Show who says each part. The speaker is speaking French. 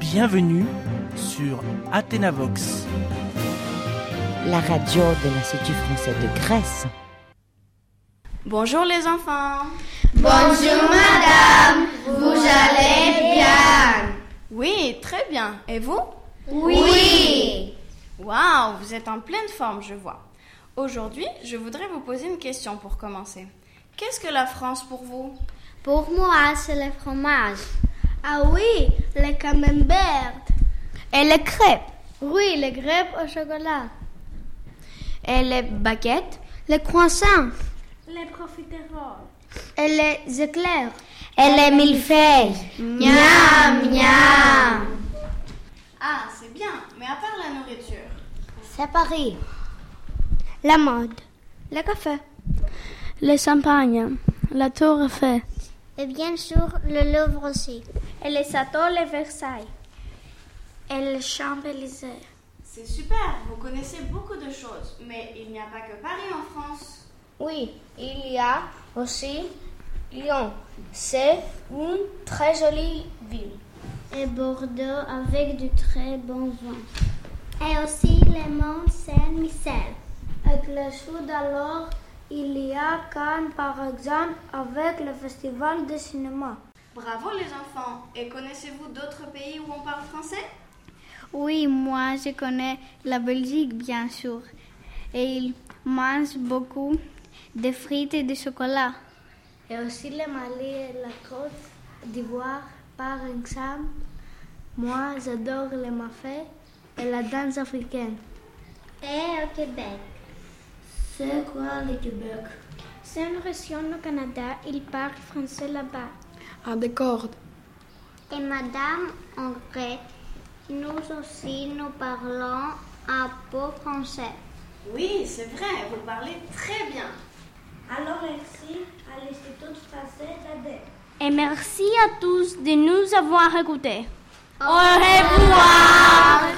Speaker 1: bienvenue sur Athénavox.
Speaker 2: la radio de l'Institut français de Grèce.
Speaker 3: Bonjour les enfants.
Speaker 4: Bonjour madame, vous allez bien
Speaker 3: Oui, très bien. Et vous
Speaker 4: Oui
Speaker 3: Waouh, vous êtes en pleine forme, je vois. Aujourd'hui, je voudrais vous poser une question pour commencer. Qu'est-ce que la France pour vous
Speaker 4: Pour moi, c'est le fromage. Ah oui, le camembert. Et les crêpes. Oui, les crêpes au chocolat. Et les baguettes. Les croissants. Les profiteroles. Et les éclairs. Et les millefeuilles. Miam, miam.
Speaker 3: Ah, c'est bien, mais à part la nourriture.
Speaker 4: C'est Paris. La mode. Le café.
Speaker 5: Le champagne, la tour Eiffel,
Speaker 4: Et bien sûr, le Louvre aussi. Et les châteaux, les Versailles. Et les Champs-Élysées.
Speaker 3: C'est super, vous connaissez beaucoup de choses, mais il n'y a pas que Paris en France.
Speaker 4: Oui, il y a aussi Lyon. C'est une très jolie ville. Et Bordeaux avec du très bon vin. Et aussi le mont Saint-Michel. Avec le sud alors, il y a Cannes par exemple avec le festival de cinéma.
Speaker 3: Bravo les enfants. Et connaissez-vous d'autres pays où on parle français
Speaker 6: Oui, moi je connais la Belgique bien sûr. Et ils mangent beaucoup de frites et de chocolat.
Speaker 4: Et aussi le Mali et la Côte d'Ivoire, par exemple. Moi, j'adore les mafés et la danse africaine. Et au Québec. C'est quoi le Québec C'est une région au Canada, ils parlent français là-bas.
Speaker 5: à des cordes,
Speaker 4: Et madame, en grec, nous aussi, nous parlons un peu français.
Speaker 3: Oui, c'est vrai, vous parlez très bien.
Speaker 4: Alors merci à l'Institut français d'Aden.
Speaker 6: Et merci à tous de nous avoir écoutés. Au revoir.